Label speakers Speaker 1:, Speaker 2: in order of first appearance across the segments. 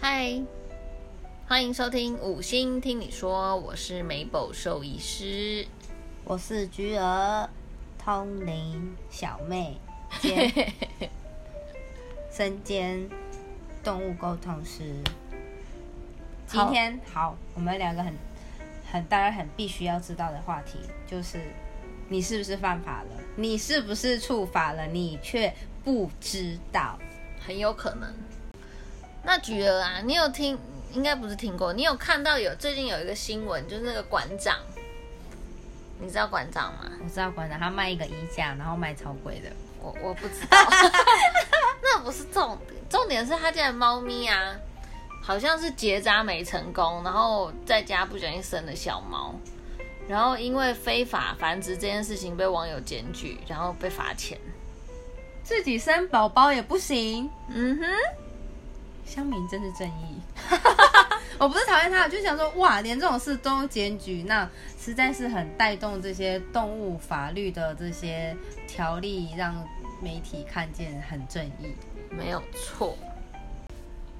Speaker 1: 嗨，欢迎收听五星听你说，我是美宝兽医师。
Speaker 2: 我是菊儿，通灵小妹兼身兼动物沟通师。今
Speaker 1: 好
Speaker 2: 天好，我们聊个很很大家很必须要知道的话题，就是你是不是犯法了？你是不是触法了？你却不知道。
Speaker 1: 很有可能。那菊儿啊，你有听？应该不是听过，你有看到有最近有一个新闻，就是那个馆长，你知道馆长吗？
Speaker 2: 我知道馆长他卖一个衣架，然后卖超贵的。
Speaker 1: 我我不知道， 那不是重点，重点是他家的猫咪啊，好像是结扎没成功，然后在家不小心生了小猫，然后因为非法繁殖这件事情被网友检举，然后被罚钱。
Speaker 2: 自己生宝宝也不行，
Speaker 1: 嗯哼，
Speaker 2: 乡民真是正义。 我不是讨厌他，我就想说，哇，连这种事都检举，那实在是很带动这些动物法律的这些条例，让媒体看见很正义。
Speaker 1: 没有错。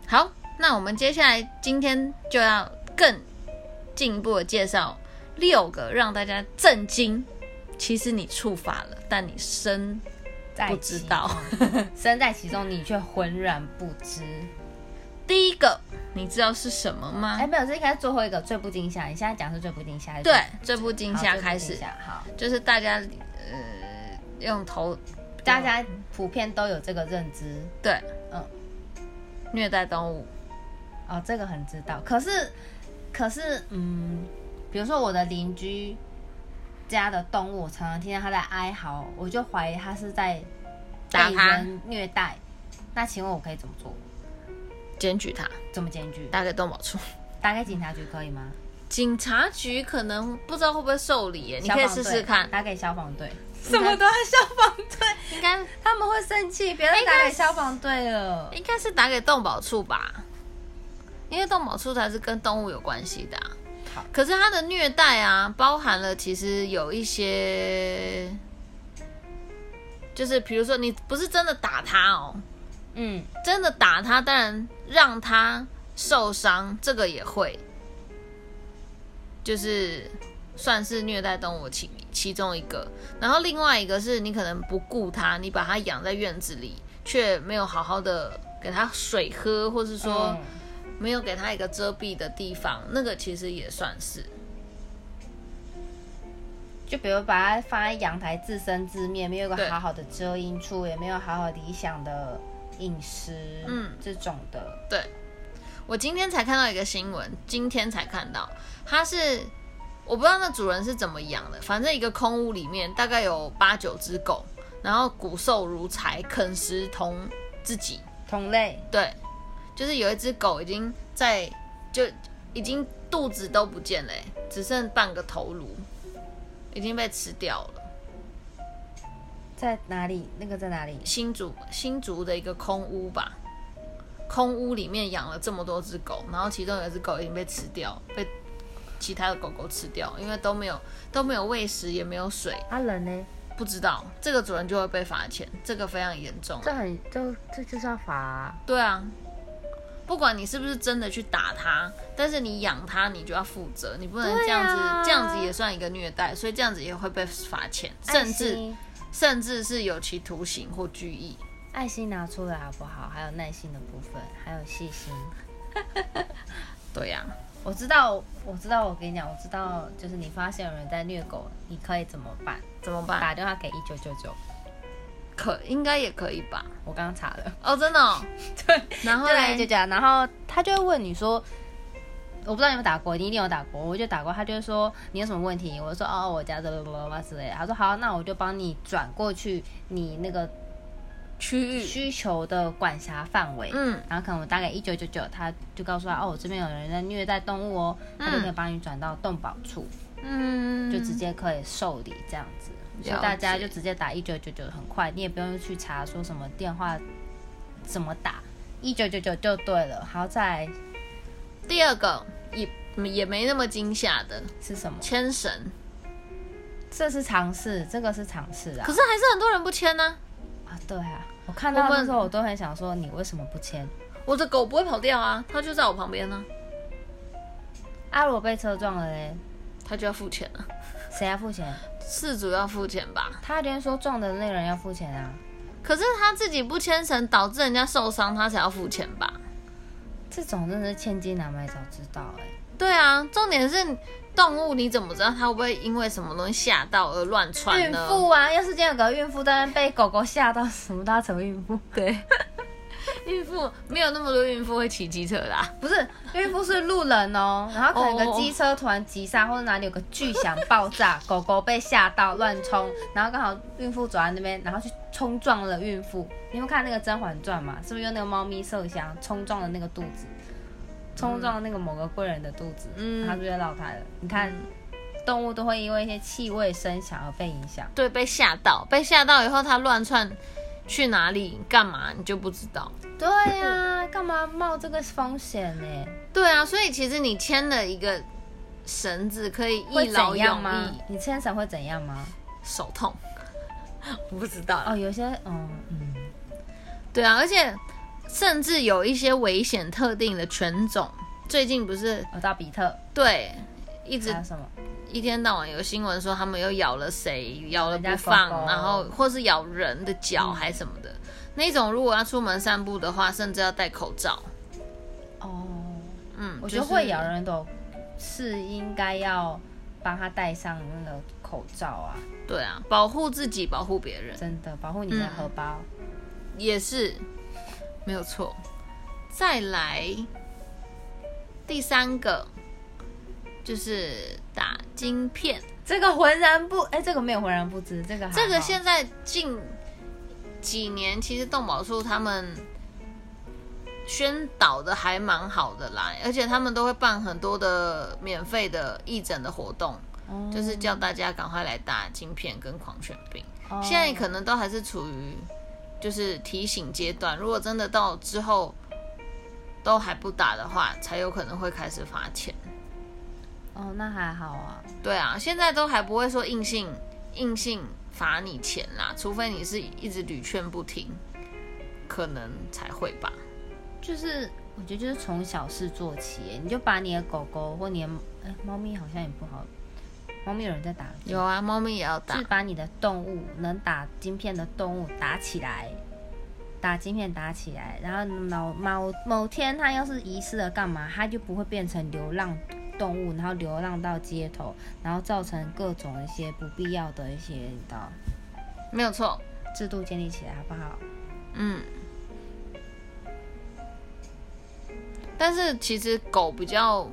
Speaker 1: 好，那我们接下来今天就要更进一步的介绍六个让大家震惊，其实你触法了，但你生
Speaker 2: 在
Speaker 1: 不知道。
Speaker 2: 其，身在其中，你 却浑然不知。
Speaker 1: 第一个，你知道是什么吗？
Speaker 2: 哎、没有，这应该是最后一个最不惊吓。你现在讲是最不惊吓，还是
Speaker 1: 啊对
Speaker 2: 好，
Speaker 1: 最不惊
Speaker 2: 最
Speaker 1: 吓
Speaker 2: 不
Speaker 1: 开
Speaker 2: 惊
Speaker 1: 始，
Speaker 2: 吓好，
Speaker 1: 就是大家呃用头
Speaker 2: 大家普遍都有这个认知。
Speaker 1: 对，嗯
Speaker 2: 嗯，
Speaker 1: 虐待动物，
Speaker 2: 哦，这个很知道。可是，可是，嗯，比如说我的邻居家的动物，我常常听到它在哀嚎，我就怀疑它是在
Speaker 1: 打
Speaker 2: 被
Speaker 1: 它
Speaker 2: 哎人虐待。那请问我可以怎么做？
Speaker 1: 检举他，
Speaker 2: 怎么检举？
Speaker 1: 打给动保处。
Speaker 2: 打给警察局可以吗？
Speaker 1: 警察局可能不知道会不会受理耶，你可以
Speaker 2: 消防
Speaker 1: 试
Speaker 2: 队
Speaker 1: 试看，
Speaker 2: 打给消防队。
Speaker 1: 什么
Speaker 2: 都要消防队，
Speaker 1: 应该
Speaker 2: 他们会生气，别人打给消防队了。
Speaker 1: 应该是打给动保处吧，因为动保处才是跟动物有关系的、啊
Speaker 2: 好。
Speaker 1: 可是它的虐待啊，包含了其实有一些，就是比如说你不是真的打它哦，
Speaker 2: 嗯，
Speaker 1: 真的打它，当然让它受伤，这个也会，就是算是虐待动物其其中一个。然后另外一个是你可能不顾它，你把它养在院子里，却没有好好的给它水喝，或是说
Speaker 2: 嗯
Speaker 1: 没有给它一个遮蔽的地方，那个其实也算是。
Speaker 2: 就比如把它放在阳台自生自灭，没有一
Speaker 1: 对
Speaker 2: 个好好的遮阴处，也没有好好理想的饮食，
Speaker 1: 嗯
Speaker 2: 这种的，
Speaker 1: 对，我今天才看到一个新闻，今天才看到，它是我不知道那主人是怎么养的，反正一个空屋里面大概有八九只狗，然后骨瘦如柴，啃食同自己。
Speaker 2: 同类
Speaker 1: 对，就是有一只狗已经在就已经肚子都不见了欸、只剩半个头颅，已经被吃掉了。
Speaker 2: 在哪里？那个在哪里？
Speaker 1: 新竹新竹的一个空屋吧，空屋里面养了这么多只狗，然后其中有一只狗已经被吃掉，被其他的狗狗吃掉，因为都没有都没有喂食，也没有水，
Speaker 2: 啊，人呢？
Speaker 1: 不知道这个主人就会被罚钱，这个非常严重。
Speaker 2: 很就这就是要罚、
Speaker 1: 对啊，不管你是不是真的去打它，但是你养它，你就要负责，你不能这样子，
Speaker 2: 对啊
Speaker 1: 这样子也算一个虐待，所以这样子也会被罚钱，甚
Speaker 2: 哎
Speaker 1: 至甚至是有期徒刑或拘役。
Speaker 2: 爱心拿出来好不好？还有耐心的部分，还有细心。
Speaker 1: 对啊呀、
Speaker 2: 我知道，我知道，我跟你讲，我知道，就是你发现有人在虐狗，你可以怎么办？
Speaker 1: 怎么办？
Speaker 2: 打电话给一九九九，
Speaker 1: 可应该也可以吧？
Speaker 2: 我刚刚查了。
Speaker 1: 哦，真的、哦。
Speaker 2: 对，
Speaker 1: 然后
Speaker 2: 就来就
Speaker 1: 嘞，
Speaker 2: 讲，然后他就会问你说，我不知道你有没有打过，你一定有打过，我就打过，他就会说你有什么问题，我就说哦，我家的巴拉巴拉之类的，他说好，那我就帮你转过去你那个
Speaker 1: 区域，
Speaker 2: 需求的管辖范围，
Speaker 1: 嗯，
Speaker 2: 然后可能我大概一九九九，他就告诉他哦，我这边有人在虐待动物哦，他就可以帮你转到动保处，
Speaker 1: 嗯，
Speaker 2: 就直接可以受理这样子。所以
Speaker 1: 了
Speaker 2: 大家
Speaker 1: 解
Speaker 2: 就直接打一九九九，很快，你也不用去查说什么电话怎么打，一九九九就对了。好在
Speaker 1: 第二个也也没那么惊吓的
Speaker 2: 是什么？
Speaker 1: 牵绳，
Speaker 2: 这是尝试，这个是尝试啊
Speaker 1: 可。是还是很多人不牵呢、
Speaker 2: 啊，对啊，我看到
Speaker 1: 我们
Speaker 2: 的时候我都很想说，你为什么不签？
Speaker 1: 我的狗不会跑掉啊，它就在我旁边呢、
Speaker 2: 阿罗啊被车撞了嘞，
Speaker 1: 它就要付钱了。
Speaker 2: 谁要付钱？
Speaker 1: 事主要付钱吧？
Speaker 2: 他连说撞的那个人要付钱啊，
Speaker 1: 可是他自己不牵绳，导致人家受伤，他才要付钱吧？
Speaker 2: 这种真的是千金难买早知道哎、
Speaker 1: 对啊，重点是动物，你怎么知道它会不会因为什么东西吓到而乱窜
Speaker 2: 孕
Speaker 1: 呢？
Speaker 2: 妇啊，要是今天有个孕妇在那被狗狗吓到，什么都要成为孕妇。
Speaker 1: 对， 孕妇没有那么多孕妇会骑机车的、啊，
Speaker 2: 不是孕妇是路人哦，然后可能有
Speaker 1: 哦
Speaker 2: 个机车突然急刹，或者哪里有个巨响爆炸，狗狗被吓到乱冲，然后刚好孕妇走在那边，然后去冲撞了孕妇。你们看那个《甄嬛传》嘛，是不是用那个猫咪麝香冲撞了那个肚子，冲撞了那个某个贵人的肚子，
Speaker 1: 嗯
Speaker 2: 嗯，它就会落胎了。你看，动物都会因为一些气味、声响而被影响。
Speaker 1: 对，被吓到，被吓到以后它乱窜去哪里干嘛，你就不知道。
Speaker 2: 对呀、干嘛冒这个风险呢？
Speaker 1: 对啊，所以其实你牵了一个绳子，可以一
Speaker 2: 会
Speaker 1: 劳
Speaker 2: 怎样
Speaker 1: 永
Speaker 2: 吗
Speaker 1: 逸，？
Speaker 2: 你牵绳会怎样吗？
Speaker 1: 手痛。 我不知道啊
Speaker 2: 哦，有些，嗯嗯。
Speaker 1: 对啊，而且甚至有一些危险特定的犬种，最近不是
Speaker 2: 我知道比特，
Speaker 1: 对一直
Speaker 2: 还有什么？
Speaker 1: 一天到晚有新闻说他们又咬了谁，咬了不
Speaker 2: 人家狗嗯
Speaker 1: 放，
Speaker 2: 狗
Speaker 1: 然后或是咬人的脚还什么的。那种如果要出门散步的话，甚至要戴口罩。
Speaker 2: 哦，
Speaker 1: 嗯，
Speaker 2: 我觉得
Speaker 1: 就是
Speaker 2: 会咬人的是应该要帮他戴上那个口罩啊，
Speaker 1: 对啊，保护自己，保护别人
Speaker 2: 真的保护你的荷包。
Speaker 1: 也是没有错。再来第三个就是打晶片，
Speaker 2: 这个浑然不，哎，这个没有浑然不知，这个还好
Speaker 1: 嗯这个现在近几年其实动保处他们宣导的还蛮好的啦，而且他们都会办很多的免费的义诊的活动，
Speaker 2: 哦
Speaker 1: 就是叫大家赶快来打晶片跟狂犬病。
Speaker 2: 哦
Speaker 1: 现在可能都还是处于就是提醒阶段，如果真的到之后都还不打的话，才有可能会开始罚钱。
Speaker 2: 哦，那还好啊。
Speaker 1: 对啊，现在都还不会说硬性硬性罚你钱啦，除非你是一直屡劝不听，可能才会吧。
Speaker 2: 就是我觉得就是从小事做起耶，你就把你的狗狗或你的哎猫咪好像也不好，猫咪有人在打，
Speaker 1: 有啊，猫咪也要打
Speaker 2: 就是，把你的动物能打晶片的动物打起来，打晶片打起来，然后老某某天它要是遗失了干嘛，它就不会变成流浪动物，然后流浪到街头，然后造成各种一些不必要的一些你知道
Speaker 1: 没有错。
Speaker 2: 制度建立起来好不好？
Speaker 1: 嗯。但是其实狗比较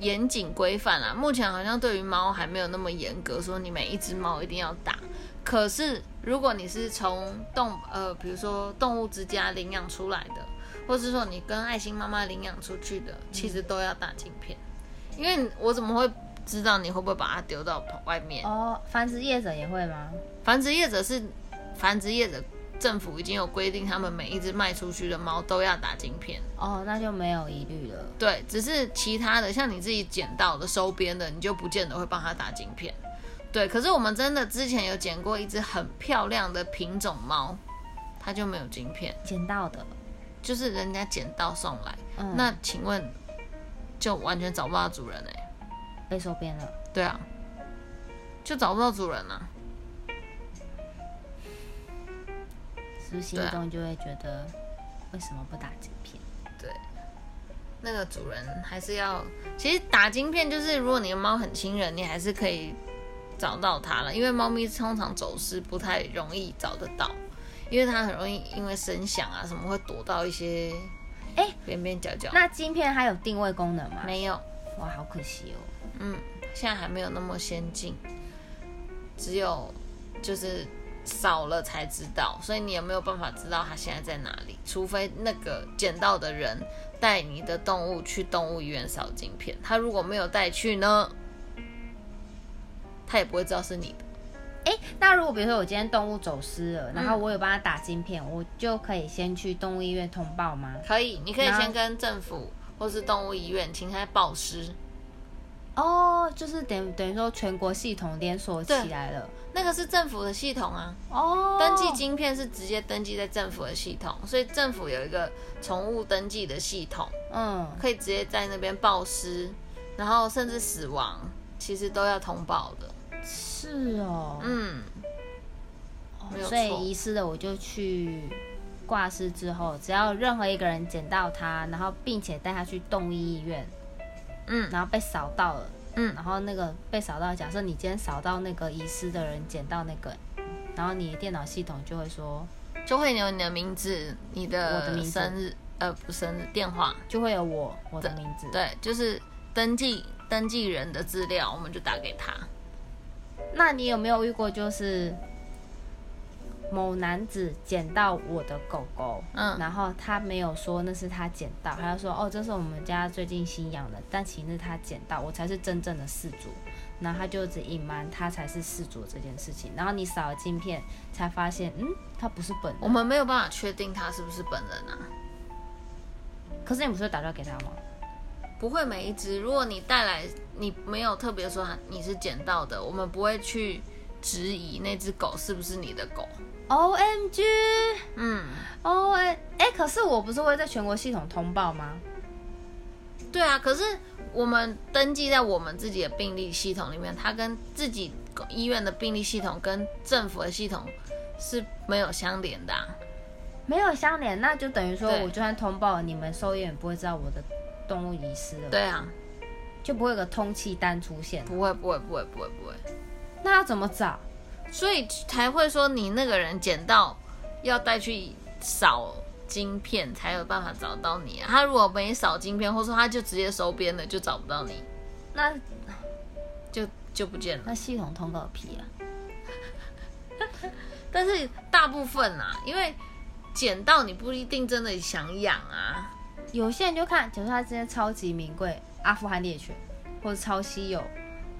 Speaker 1: 严谨规范啦，目前好像对于猫还没有那么严格，说你每一只猫一定要打。可是如果你是从动呃，比如说动物之家领养出来的，或是说你跟爱心妈妈领养出去的，其实都要打镜片，因为我怎么会知道你会不会把它丢到外面？
Speaker 2: 哦，繁殖业者也会吗？
Speaker 1: 繁殖业者是繁殖业者，政府已经有规定，他们每一只卖出去的猫都要打晶片。
Speaker 2: 哦，那就没有疑虑了。
Speaker 1: 对，只是其他的像你自己捡到的、收编的，你就不见得会帮它打晶片。对，可是我们真的之前有捡过一只很漂亮的品种猫，它就没有晶片，
Speaker 2: 捡到的，
Speaker 1: 就是人家捡到送来。
Speaker 2: 嗯，
Speaker 1: 那请问，就完全找不到主人哎、
Speaker 2: 被收编了。
Speaker 1: 对啊，就找不到主人啊。
Speaker 2: 是不是心
Speaker 1: 对啊
Speaker 2: 中就会觉得为什么不打晶片？
Speaker 1: 那个主人还是要，其实打晶片就是，如果你的猫很亲人，你还是可以找到它了，因为猫咪通常走失不太容易找得到，因为它很容易因为声响啊什么会躲到一些
Speaker 2: 哎
Speaker 1: 边边角角。
Speaker 2: 那晶片它有定位功能吗？
Speaker 1: 没有，
Speaker 2: 哇，好可惜哦。
Speaker 1: 嗯，现在还没有那么先进，只有就是少了才知道，所以你也没有办法知道它现在在哪里，除非那个捡到的人带你的动物去动物医院扫晶片，他如果没有带去呢，他也不会知道是你的。
Speaker 2: 哎，那如果比如说我今天动物走失了，然后我有帮它打晶片，我就可以先去动物医院通报吗？
Speaker 1: 可以，你可以
Speaker 2: 那
Speaker 1: 先跟政府或是动物医院请他报失，
Speaker 2: 哦，就是等等于说全国系统连锁起来了。
Speaker 1: 那个是政府的系统啊，
Speaker 2: 哦，
Speaker 1: 登记晶片是直接登记在政府的系统，所以政府有一个宠物登记的系统，
Speaker 2: 嗯，
Speaker 1: 可以直接在那边报失，然后甚至死亡，其实都要通报的。
Speaker 2: 是哦，
Speaker 1: 嗯，
Speaker 2: 哦
Speaker 1: 没有
Speaker 2: 所
Speaker 1: 错
Speaker 2: 以遗失的我就去挂失之后，只要任何一个人捡到它，然后并且带它去动物医院，
Speaker 1: 嗯
Speaker 2: 然后被扫到了，
Speaker 1: 嗯
Speaker 2: 然后那个被扫到，假设你今天扫到那个遗失的人捡到那个，然后你的电脑系统就会说，
Speaker 1: 就会有你的名字、你
Speaker 2: 我的名
Speaker 1: 的
Speaker 2: 字
Speaker 1: 生日，呃，不是生日电话，
Speaker 2: 就会有我我的名字，
Speaker 1: 对，就是登记登记人的资料，我们就打给他。
Speaker 2: 那你有没有遇过就是某男子捡到我的狗狗，
Speaker 1: 嗯
Speaker 2: 然后他没有说那是他捡到，他就说哦这是我们家最近新养的，但其实是他捡到，我才是真正的事主。然后他就一直隐瞒他才是事主这件事情，然后你扫了镜片才发现，嗯，他不是本人。
Speaker 1: 我们没有办法确定他是不是本人啊，
Speaker 2: 可是你不是打电话给他吗？
Speaker 1: 不会每一只。如果你带来，你没有特别说它你是捡到的，我们不会去质疑那只狗是不是你的狗。
Speaker 2: O M G，
Speaker 1: 嗯，
Speaker 2: O N，哎，可是我不是会在全国系统通报吗？
Speaker 1: 对啊。可是我们登记在我们自己的病历系统里面，它跟自己医院的病历系统跟政府的系统是没有相连的、啊。
Speaker 2: 没有相连，那就等于说
Speaker 1: 对
Speaker 2: 我就算通报了你们收验，也不会知道我的动物遗失了，
Speaker 1: 对啊，
Speaker 2: 就不会有个通气单出现。
Speaker 1: 不会，不会，不会，不会，不会。
Speaker 2: 那要怎么找？
Speaker 1: 所以才会说你那个人捡到要带去扫晶片才有办法找到你、啊。他如果没扫晶片，或者说他就直接收编了，就找不到你，
Speaker 2: 那
Speaker 1: 就就不见了。
Speaker 2: 那系统通个屁啊！
Speaker 1: 但是大部分啊，因为捡到你不一定真的想养啊，
Speaker 2: 有些人就看，假如说他这些超级名贵阿富汗猎犬，或者超稀有，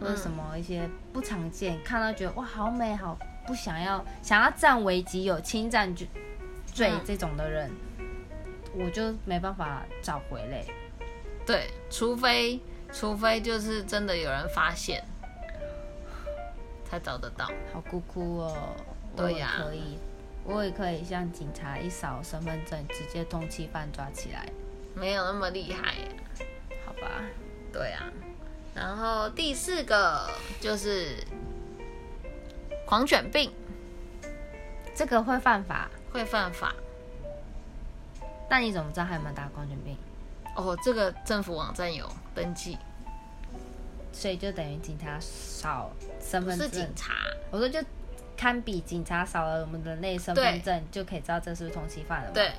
Speaker 2: 或者什么一些不常见，看到觉得哇好美好，不想要想要占为己有、侵占就罪
Speaker 1: 嗯
Speaker 2: 这种的人，我就没办法找回嘞。
Speaker 1: 对，除非除非就是真的有人发现，才找得到。
Speaker 2: 好哭哭哦。
Speaker 1: 对呀
Speaker 2: 我也可以，我也可以像警察一扫身份证，直接通缉犯抓起来，
Speaker 1: 没有那么厉害、
Speaker 2: 好吧？
Speaker 1: 对啊，然后第四个就是狂犬病
Speaker 2: 这个会犯法，
Speaker 1: 会犯法
Speaker 2: 那你怎么知道他有没有打狂犬病？
Speaker 1: 哦，这个政府网站有登记，
Speaker 2: 所以就等于警察扫身
Speaker 1: 不
Speaker 2: 份
Speaker 1: 是
Speaker 2: 证，
Speaker 1: 警察，
Speaker 2: 我说就堪比警察扫了我们人类身份证，就可以知道这是不是通缉犯了嘛？，
Speaker 1: 对，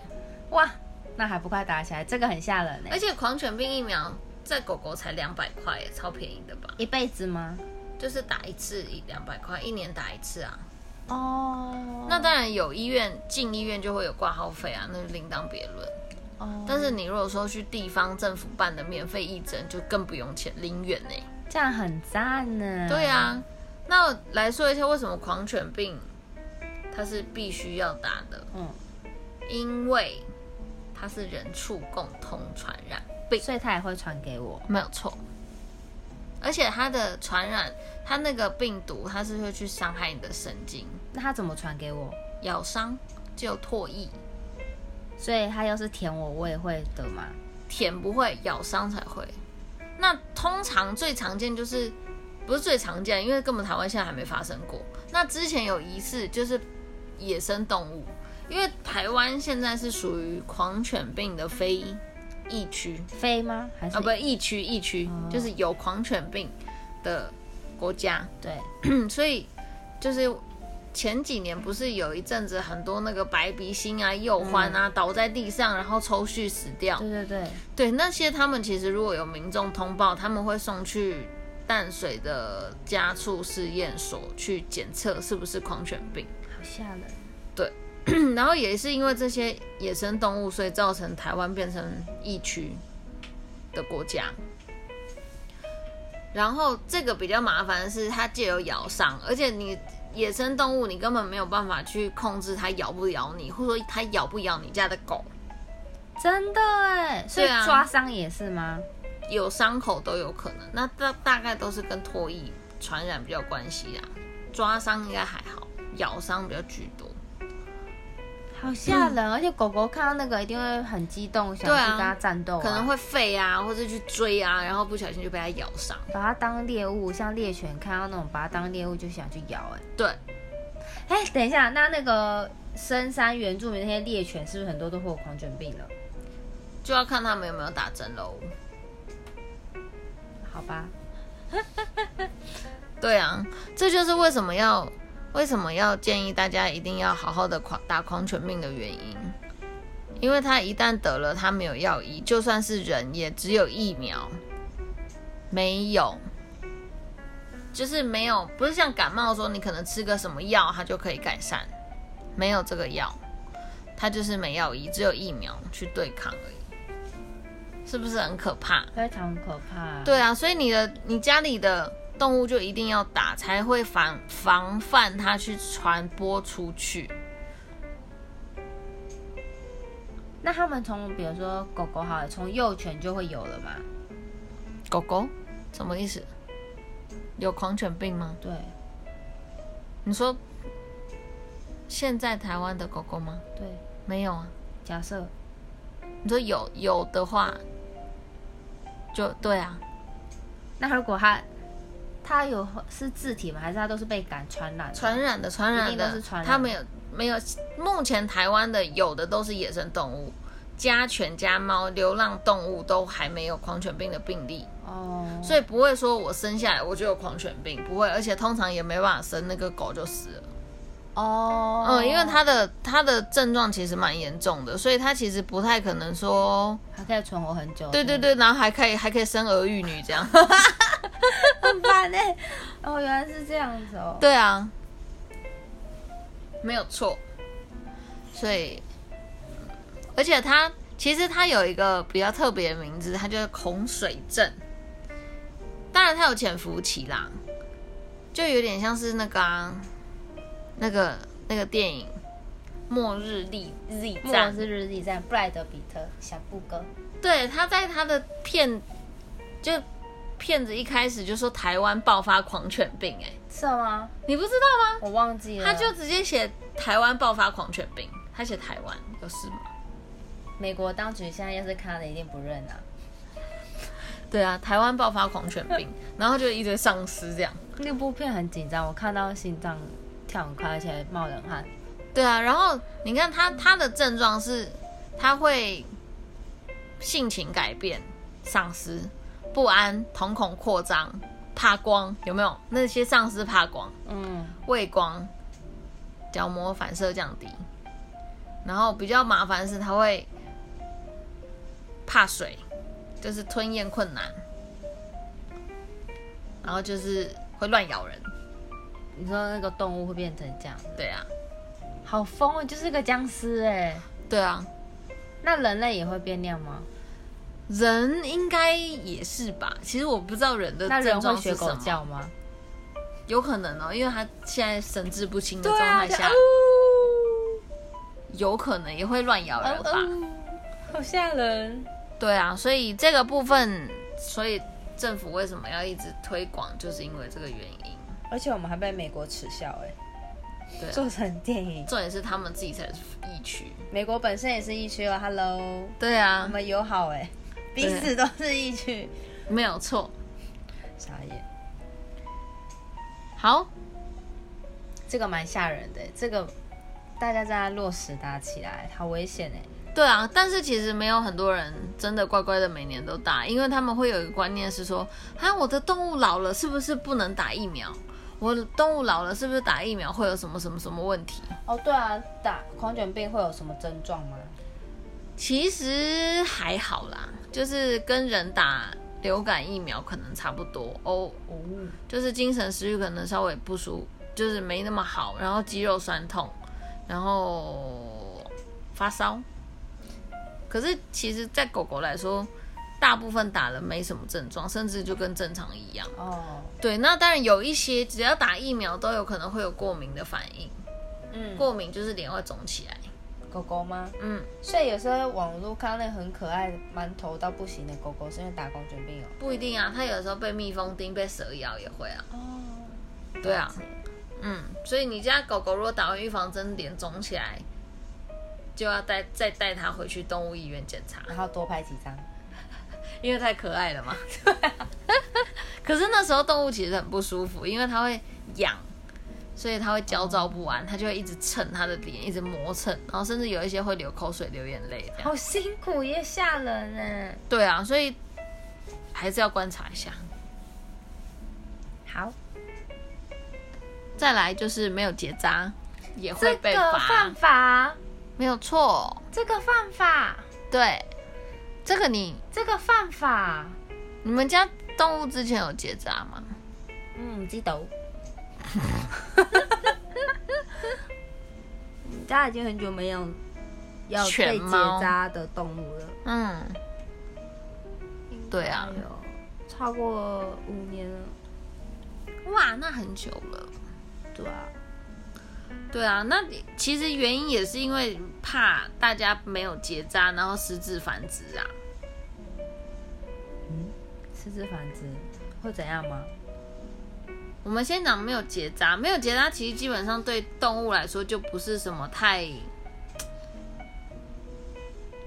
Speaker 2: 哇，那还不快打起来？这个很吓人欸呢、
Speaker 1: 而且狂犬病疫苗在狗狗才两百块耶，超便宜的吧？
Speaker 2: 一辈子吗？
Speaker 1: 就是打一次一两百块，一年打一次啊。
Speaker 2: 哦，
Speaker 1: 那当然有医院进医院就会有挂号费啊，那就另当别论。
Speaker 2: 哦，
Speaker 1: 但是你如果说去地方政府办的免费义诊，就更不用钱，零元呢、
Speaker 2: 这样很赞呢。
Speaker 1: 对啊，那来说一下为什么狂犬病它是必须要打的，
Speaker 2: 嗯，
Speaker 1: 因为它是人畜共同传染病，
Speaker 2: 所以他也会传给我。
Speaker 1: 没有错。而且它的传染，它那个病毒它是会去伤害你的神经，
Speaker 2: 那他怎么传给我？
Speaker 1: 咬伤就唾液，
Speaker 2: 所以他要是舔我，我也会得吗？
Speaker 1: 舔不会，咬伤才会。那通常最常见就是，不是最常见，因为根本台湾现在还没发生过。那之前有疑似就是野生动物，因为台湾现在是属于狂犬病的非疫区
Speaker 2: 飞吗？还是
Speaker 1: 啊，不疫区疫区
Speaker 2: 哦，
Speaker 1: 就是有狂犬病的国家，
Speaker 2: 对，
Speaker 1: 所以就是。前几年不是有一阵子很多那个白鼻心啊、鼬獾啊、倒在地上，然后抽搐死掉。
Speaker 2: 对对对，
Speaker 1: 对，那些他们其实如果有民众通报，他们会送去淡水的家畜试验所去检测是不是狂犬病。
Speaker 2: 好吓人。
Speaker 1: 嗯然后也是因为这些野生动物，所以造成台湾变成疫区的国家。然后这个比较麻烦的是，它借由咬伤，而且你野生动物你根本没有办法去控制它咬不咬你，或者说它咬不咬你家的狗。
Speaker 2: 真的哎，所以
Speaker 1: 对啊
Speaker 2: 抓伤也是吗？
Speaker 1: 有伤口都有可能。那大大概都是跟唾液传染比较有关系啦，抓伤应该还好，咬伤比较居多。
Speaker 2: 好吓 人！而且狗狗看到那个一定会很激动，想
Speaker 1: 对
Speaker 2: 去
Speaker 1: 啊
Speaker 2: 跟它战斗、
Speaker 1: 可能会吠啊，或者去追啊，然后不小心就被它咬伤。
Speaker 2: 把它当猎物，像猎犬看到那种把它当猎物就想去咬、哎
Speaker 1: 对，
Speaker 2: 哎，等一下，那那个深山原住民那些猎犬是不是很多都会有狂犬病了？
Speaker 1: 就要看他们有没有打针喽。
Speaker 2: 好吧，
Speaker 1: 对啊，这就是为什么要为什么要建议大家一定要好好的狂打狂犬病的原因，因为它一旦得了，它没有药医，就算是人也只有疫苗，没有，就是没有，不是像感冒说你可能吃个什么药它就可以改善，没有这个药，它就是没药医，只有疫苗去对抗而已，是不是很可怕？
Speaker 2: 非常可怕。，
Speaker 1: 对啊，所以你的你家里的动物就一定要打，才会防防范它去传播出去。
Speaker 2: 那他们从比如说狗狗好了，从幼犬就会有了嘛？
Speaker 1: 狗狗什么意思？有狂犬病吗？
Speaker 2: 对，
Speaker 1: 你说现在台湾的狗狗吗？
Speaker 2: 对，
Speaker 1: 没有啊。
Speaker 2: 假设
Speaker 1: 你说有有的话，就对啊，
Speaker 2: 那如果它它有是自体吗？还是它都是被感传染的？
Speaker 1: 传染的传染
Speaker 2: 一定都
Speaker 1: 的
Speaker 2: 是传，染的
Speaker 1: 它没有没有。目前台湾的有的都是野生动物，家犬、家猫、流浪动物都还没有狂犬病的病例。
Speaker 2: 哦，
Speaker 1: 所以不会说我生下来我就有狂犬病，不会，而且通常也没办法生，那个狗就死了。
Speaker 2: 哦，
Speaker 1: 嗯，因为它的它的症状其实蛮严重的，所以它其实不太可能说，
Speaker 2: 还可以存活很久。
Speaker 1: 对对对，然后还可以还可以生儿育女这样。
Speaker 2: 很烦哎、哦，原来是这样子哦。
Speaker 1: 对啊，没有错。所以，而且它其实它有一个比较特别的名字，它叫恐水症。当然，它有潜伏期啦，就有点像是那个、啊、那个那个电影《末日历 Z
Speaker 2: 莫
Speaker 1: 战
Speaker 2: 尔》是日历站，布莱德比特小布哥。
Speaker 1: 对，他在他的片就骗子一开始就说台湾爆发狂犬病、欸，哎，
Speaker 2: 是吗？
Speaker 1: 你不知道吗？
Speaker 2: 我忘记了。
Speaker 1: 他就直接写台湾爆发狂犬病，他写台湾有事吗？
Speaker 2: 美国当局现在要是看了一定不认啊。
Speaker 1: 对啊，台湾爆发狂犬 病，然后就一堆丧尸这样。
Speaker 2: 那部片很紧张，我看到心脏跳很快，而且冒冷汗。
Speaker 1: 对啊，然后你看他他的症状是，他会性情改变、丧失、不安、瞳孔扩张、怕光，有没有？那些丧尸怕光、
Speaker 2: 嗯，
Speaker 1: 畏光、角膜反射降低，然后比较麻烦的是他会怕水，就是吞咽困难，然后就是会乱咬人。
Speaker 2: 你说那个动物会变成这样，
Speaker 1: 对啊，
Speaker 2: 好疯哦，就是个僵尸哎、
Speaker 1: 对啊，
Speaker 2: 那人类也会变那样吗？
Speaker 1: 人应该也是吧？其实我不知道人的
Speaker 2: 那人
Speaker 1: 症
Speaker 2: 会
Speaker 1: 状
Speaker 2: 学
Speaker 1: 是什
Speaker 2: 狗
Speaker 1: 么，
Speaker 2: 叫吗？
Speaker 1: 有可能哦，因为他现在神志不清的状
Speaker 2: 啊
Speaker 1: 态下，
Speaker 2: 呃
Speaker 1: 有可能也会乱
Speaker 2: 啊
Speaker 1: 咬人吧？
Speaker 2: 呃好吓人。
Speaker 1: 对啊，所以这个部分，所以政府为什么要一直推广，就是因为这个原因。
Speaker 2: 而且我们还被美国耻笑哎、
Speaker 1: 对啊
Speaker 2: 做成电影。
Speaker 1: 重点是他们自己才是疫区。
Speaker 2: 美国本身也是疫区哦，Hello，
Speaker 1: 对啊
Speaker 2: 我，们友好哎、彼此都是疫区。
Speaker 1: 没有错。
Speaker 2: 傻眼，
Speaker 1: 好，
Speaker 2: 这个蛮吓人的、这个大家在那落实打起来，好危险哎、
Speaker 1: 对啊，但是其实没有很多人真的乖乖的每年都打，因为他们会有一个观念是说，啊，我的动物老了是不是不能打疫苗？我的动物老了是不是打疫苗会有什么什么什么问题？
Speaker 2: 哦，对啊，打狂犬病会有什么症状吗？
Speaker 1: 其实还好啦，就是跟人打流感疫苗可能差不多哦，
Speaker 2: 哦，
Speaker 1: 就是精神食欲可能稍微不舒，就是没那么好，然后肌肉酸痛，然后发烧。可是其实，在狗狗来说，大部分打了没什么症状，甚至就跟正常一样。
Speaker 2: 哦，
Speaker 1: 对，那当然有一些只要打疫苗都有可能会有过敏的反应，
Speaker 2: 嗯，
Speaker 1: 过敏就是脸会肿起来，
Speaker 2: 狗狗吗？
Speaker 1: 嗯，
Speaker 2: 所以有时候网络看到那很可爱、馒头到不行的狗狗，是因为打狂犬病哦。
Speaker 1: 不一定啊，它有时候被蜜蜂叮、被蛇咬也会啊。
Speaker 2: 哦，
Speaker 1: 对啊，嗯，所以你家狗狗如果打完预防针脸肿起来，就要带再带它回去动物医院检查，
Speaker 2: 然后多拍几张。
Speaker 1: 因为太可爱了嘛。 可是那时候动物其实很不舒服，因为它会痒，所以它会焦躁不安，它就会一直蹭它的脸，一直磨蹭，然后甚至有一些会流口水、流眼泪这样。
Speaker 2: 好辛苦也吓人欸呢。
Speaker 1: 对啊，所以还是要观察一下。
Speaker 2: 好，
Speaker 1: 再来就是没有结扎也会
Speaker 2: 这
Speaker 1: 被
Speaker 2: 个
Speaker 1: 罚
Speaker 2: 犯，法，
Speaker 1: 没有错。
Speaker 2: 这个犯法，
Speaker 1: 对，这个你
Speaker 2: 这个犯法。
Speaker 1: 你们家动物之前有结扎吗？
Speaker 2: 嗯，知道。 大家已经很久没有要
Speaker 1: 犬
Speaker 2: 被结
Speaker 1: 猫
Speaker 2: 扎的动物了。
Speaker 1: 嗯，对啊
Speaker 2: 哎呦，超过五年了。
Speaker 1: 哇，那很久了。
Speaker 2: 对啊，
Speaker 1: 对啊，那其实原因也是因为怕大家没有结扎，然后私自繁殖啊。
Speaker 2: 私自繁殖会怎样吗？
Speaker 1: 我们先讲没有结扎，没有结扎其实基本上对动物来说就不是什么太，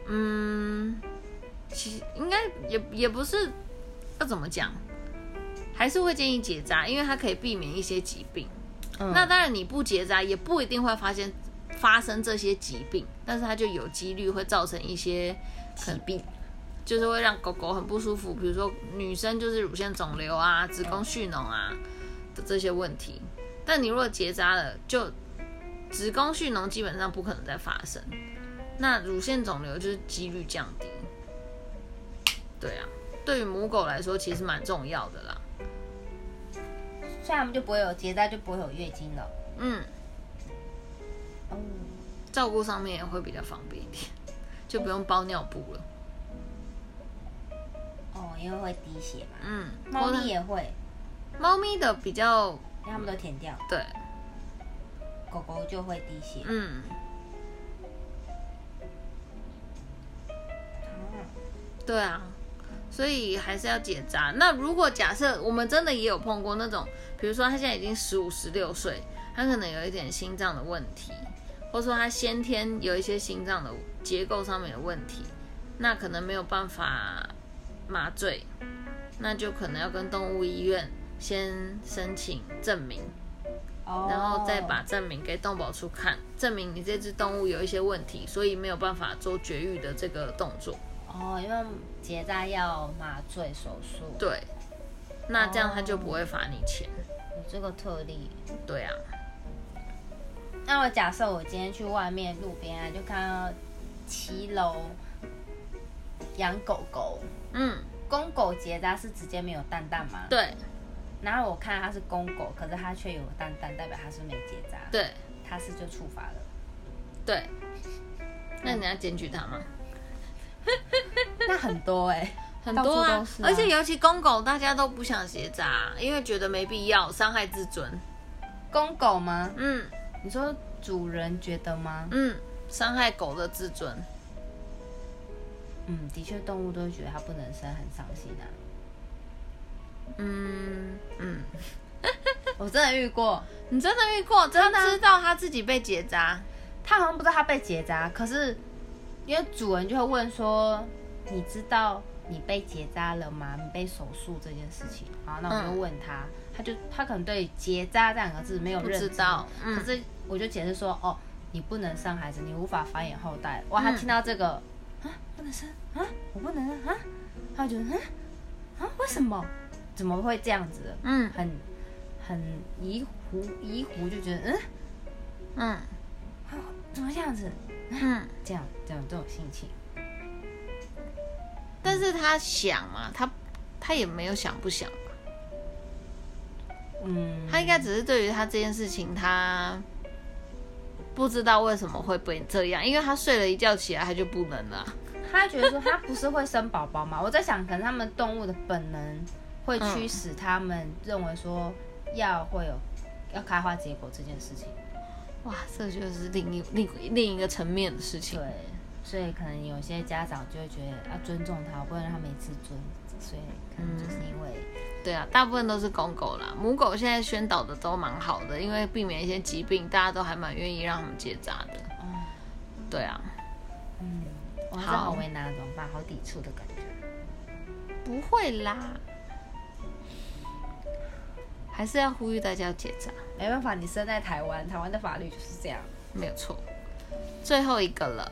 Speaker 1: 嗯，其应该也也不是要怎么讲，还是会建议结扎，因为它可以避免一些疾病。
Speaker 2: 嗯
Speaker 1: 那当然你不结扎也不一定会发现发生这些疾病，但是它就有几率会造成一些疾病，就是会让狗狗很不舒服，比如说女生就是乳腺肿瘤啊、子宫蓄脓啊的这些问题。但你如果结扎了，就子宫蓄脓基本上不可能再发生，那乳腺肿瘤就是几率降低。对啊，对于母狗来说其实蛮重要的啦。
Speaker 2: 所以他们就不会有结扎，就不会有月经了。
Speaker 1: 嗯。
Speaker 2: 哦，
Speaker 1: 照顾上面也会比较方便一点，就不用包尿布了。
Speaker 2: 哦，因为会滴血嘛。
Speaker 1: 嗯，
Speaker 2: 猫
Speaker 1: 或者
Speaker 2: 咪也会，
Speaker 1: 猫咪的比较
Speaker 2: 因为它们都舔掉。
Speaker 1: 对，
Speaker 2: 狗狗就会滴血。
Speaker 1: 嗯，
Speaker 2: 啊
Speaker 1: 对啊，所以还是要结扎。那如果假设我们真的也有碰过那种，比如说他现在已经十五、十六岁，他可能有一点心脏的问题，或者说他先天有一些心脏的结构上面的问题，那可能没有办法麻醉，那就可能要跟动物医院先申请证明。
Speaker 2: 哦
Speaker 1: 然后再把证明给动保处看，证明你这只动物有一些问题，所以没有办法做绝育的这个动作。
Speaker 2: 哦，因为结扎要麻醉手术，
Speaker 1: 对，那这样他就
Speaker 2: 哦
Speaker 1: 不会罚你钱。
Speaker 2: 有这个特例。
Speaker 1: 对啊，
Speaker 2: 那我假设我今天去外面路边啊，就看到骑楼养狗狗，
Speaker 1: 嗯，
Speaker 2: 公狗结扎是直接没有蛋蛋吗？。
Speaker 1: 对
Speaker 2: 然后我看它是公狗，可是它却有蛋蛋，代表它是没结扎，
Speaker 1: 对
Speaker 2: 它是就触发了。
Speaker 1: 对，那你要检举他吗？
Speaker 2: 那很多哎、
Speaker 1: 很
Speaker 2: 到处
Speaker 1: 多啊，
Speaker 2: 都是啊
Speaker 1: 而且尤其公狗，大家都不想结扎，因为觉得没必要，伤害自尊。
Speaker 2: 公狗吗？
Speaker 1: 嗯
Speaker 2: 你说主人觉得吗？
Speaker 1: 嗯，伤害狗的自尊。
Speaker 2: 嗯，的确，动物都会觉得它不能生，很伤心啊。
Speaker 1: 嗯嗯，
Speaker 2: 我真的遇过，
Speaker 1: 你真的遇过，真知道他自己被结扎？
Speaker 2: 他好像不知道他被结扎，可是因为主人就会问说：“你知道你被结扎了吗？你被手术这件事情？”好，那我就问他，他就他可能对“结扎”这两个字没有认
Speaker 1: 嗯不
Speaker 2: 知
Speaker 1: 知道嗯
Speaker 2: 可是我就解释说：“哦，你不能生孩子，你无法繁衍后代。”
Speaker 1: 嗯
Speaker 2: 哇，他听到这个、啊，不能生啊，我不能生啊，他就觉得啊啊，为什么？怎么会这样子？
Speaker 1: 嗯
Speaker 2: 很很疑惑，疑惑就觉得嗯，
Speaker 1: 嗯
Speaker 2: 啊怎么这样子？
Speaker 1: 嗯。
Speaker 2: 这样这样这种心情。
Speaker 1: 但是他想嘛，他他也没有想不想，
Speaker 2: 嗯，
Speaker 1: 他应该只是对于他这件事情，他不知道为什么会被这样，因为他睡了一觉起来他就不能了。
Speaker 2: 他觉得说他不是会生宝宝嘛？我在想，可能他们动物的本能会驱使他们认为说要会有要开花结果这件事情。
Speaker 1: 哇，这就是另一另另一个层面的事情。
Speaker 2: 对，所以可能有些家长就会觉得要尊重他，不能让他没自尊，所以可能就是因为、
Speaker 1: 对啊，大部分都是公狗啦，母狗现在宣导的都蛮好的，因为避免一些疾病，大家都还蛮愿意让他们结扎的。
Speaker 2: 哦，
Speaker 1: 对啊，
Speaker 2: 嗯，哇，这
Speaker 1: 好
Speaker 2: 好为难，怎么办？好抵触的感觉。
Speaker 1: 不会啦，还是要呼吁大家要结扎，
Speaker 2: 没办法，你生在台湾，台湾的法律就是这样。
Speaker 1: 没有错。最后一个了，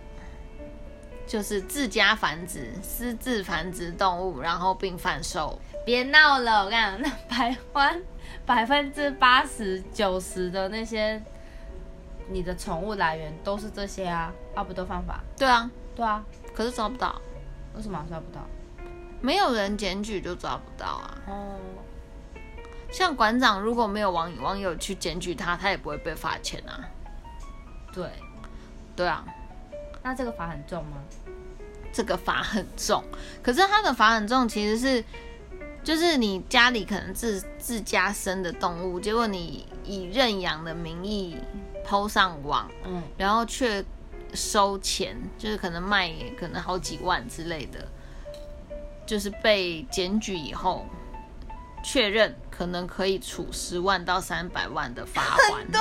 Speaker 1: 就是自家繁殖、私自繁殖动物，然后并贩售。
Speaker 2: 别闹了，我跟你讲，那百分百分之八十九十的那些你的宠物来源都是这些啊，啊不都犯法？
Speaker 1: 对啊，
Speaker 2: 对啊，
Speaker 1: 可是抓不到，
Speaker 2: 为什么抓不到？
Speaker 1: 没有人检举就抓不到啊。
Speaker 2: 哦，
Speaker 1: 像馆长如果没有网网友去检举他，他也不会被罚钱啊。
Speaker 2: 对，
Speaker 1: 对啊，
Speaker 2: 那这个法很重吗？
Speaker 1: 这个罚很重，可是他的罚很重，其实是就是你家里可能自自家生的动物，结果你以认养的名义抛上网，
Speaker 2: 嗯，
Speaker 1: 然后却收钱，就是可能卖可能好几万之类的，就是被检举以后确认可能可以处十万到三百万的罚款。
Speaker 2: 对，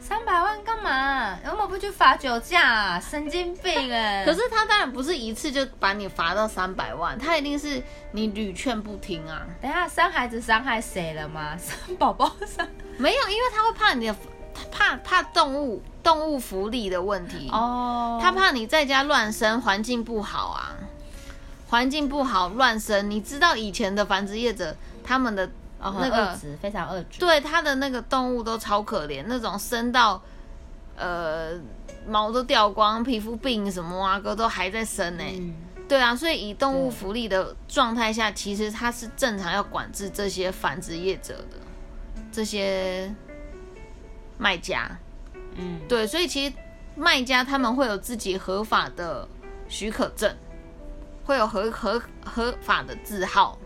Speaker 2: 三百万干嘛？有没有不去罚酒驾、啊？神经 病哎、
Speaker 1: 可是他当然不是一次就把你罚到三百万，他一定是你屡劝不听啊。
Speaker 2: 等一下，伤孩子伤害谁了吗？ 伤宝宝伤
Speaker 1: 没有，因为他会怕你的，他怕怕动物动物福利的问题。
Speaker 2: 哦
Speaker 1: 他怕你在家乱生，环境不好啊，环境不好乱生。你知道以前的繁殖业者他们的那
Speaker 2: 哦很
Speaker 1: 个、
Speaker 2: 恶质，非常恶质。
Speaker 1: 对他的那个动物都超可怜，那种生到呃毛都掉光，皮肤病什么啊哥都还在生呢、
Speaker 2: 嗯，
Speaker 1: 对啊，所以以动物福利的状态下，其实它是正常要管制这些繁殖业者的这些卖家。
Speaker 2: 嗯，
Speaker 1: 对，所以其实卖家他们会有自己合法的许可证，会有合合合法的字号。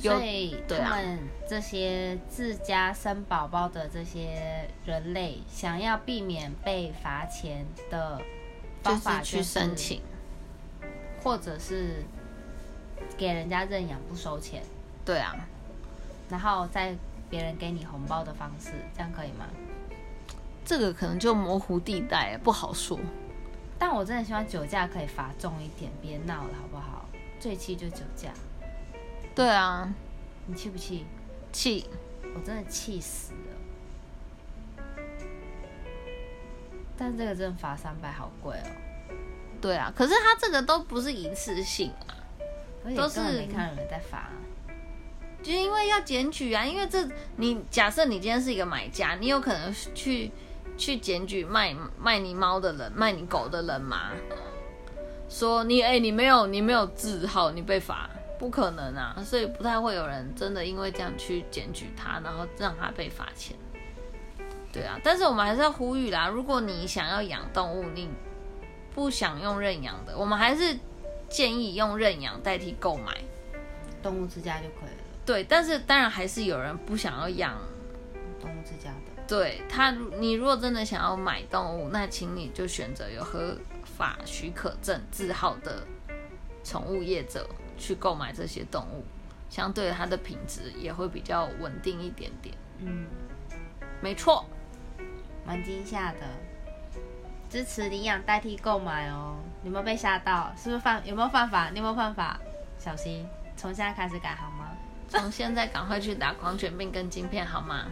Speaker 1: 有
Speaker 2: 所以
Speaker 1: 对啊
Speaker 2: 他们这些自家生宝宝的这些人类，想要避免被罚钱的
Speaker 1: 就
Speaker 2: 方
Speaker 1: 是
Speaker 2: 法、
Speaker 1: 去申，请，
Speaker 2: 或者是给人家认养不收钱，
Speaker 1: 对啊，
Speaker 2: 然后再别人给你红包的方式，这样可以吗？
Speaker 1: 这个可能就模糊地带，不好说。
Speaker 2: 但我真的希望酒驾可以罚重一点，别闹了好不好？最气就酒驾，
Speaker 1: 对啊，
Speaker 2: 你气不气？
Speaker 1: 气
Speaker 2: 我真的气死了。但这个真的罚三百，好贵哦。
Speaker 1: 对啊，可是他这个都不是一次性啊。
Speaker 2: 而且
Speaker 1: 都是
Speaker 2: 根本没看到有人在罚、
Speaker 1: 就因为要检举啊，因为这你假设你今天是一个买家，你有可能去去检举卖卖你猫的人、卖你狗的人嘛？说你哎、你没有你没有字号，你被罚，不可能啊！所以不太会有人真的因为这样去检举他，然后让他被罚钱。对啊，但是我们还是要呼吁啦，如果你想要养动物，你不想用认养的，我们还是建议用认养代替购买。
Speaker 2: 动物之家就可以了，
Speaker 1: 对，但是当然还是有人不想要养。
Speaker 2: 动物之家的。
Speaker 1: 对他，如你如果真的想要买动物，那请你就选择有合法许可证字号的宠物业者去购买这些动物，相对它的品质也会比较稳定一点点。
Speaker 2: 嗯，
Speaker 1: 没错，
Speaker 2: 蛮惊吓的。支持领养代替购买哦，有没有被吓到？是不是犯？有没有犯法？你有没有犯法？小心，从现在开始改好吗？
Speaker 1: 从现在赶快去打狂犬病跟晶片好吗？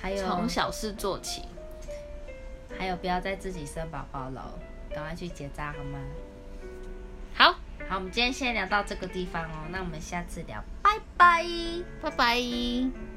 Speaker 2: 还有，
Speaker 1: 从小事做起。
Speaker 2: 还有不要再自己生宝宝了，哦赶快去结扎好吗？
Speaker 1: 好，
Speaker 2: 好，我们今天先聊到这个地方哦，那我们下次聊，拜拜。
Speaker 1: 拜拜。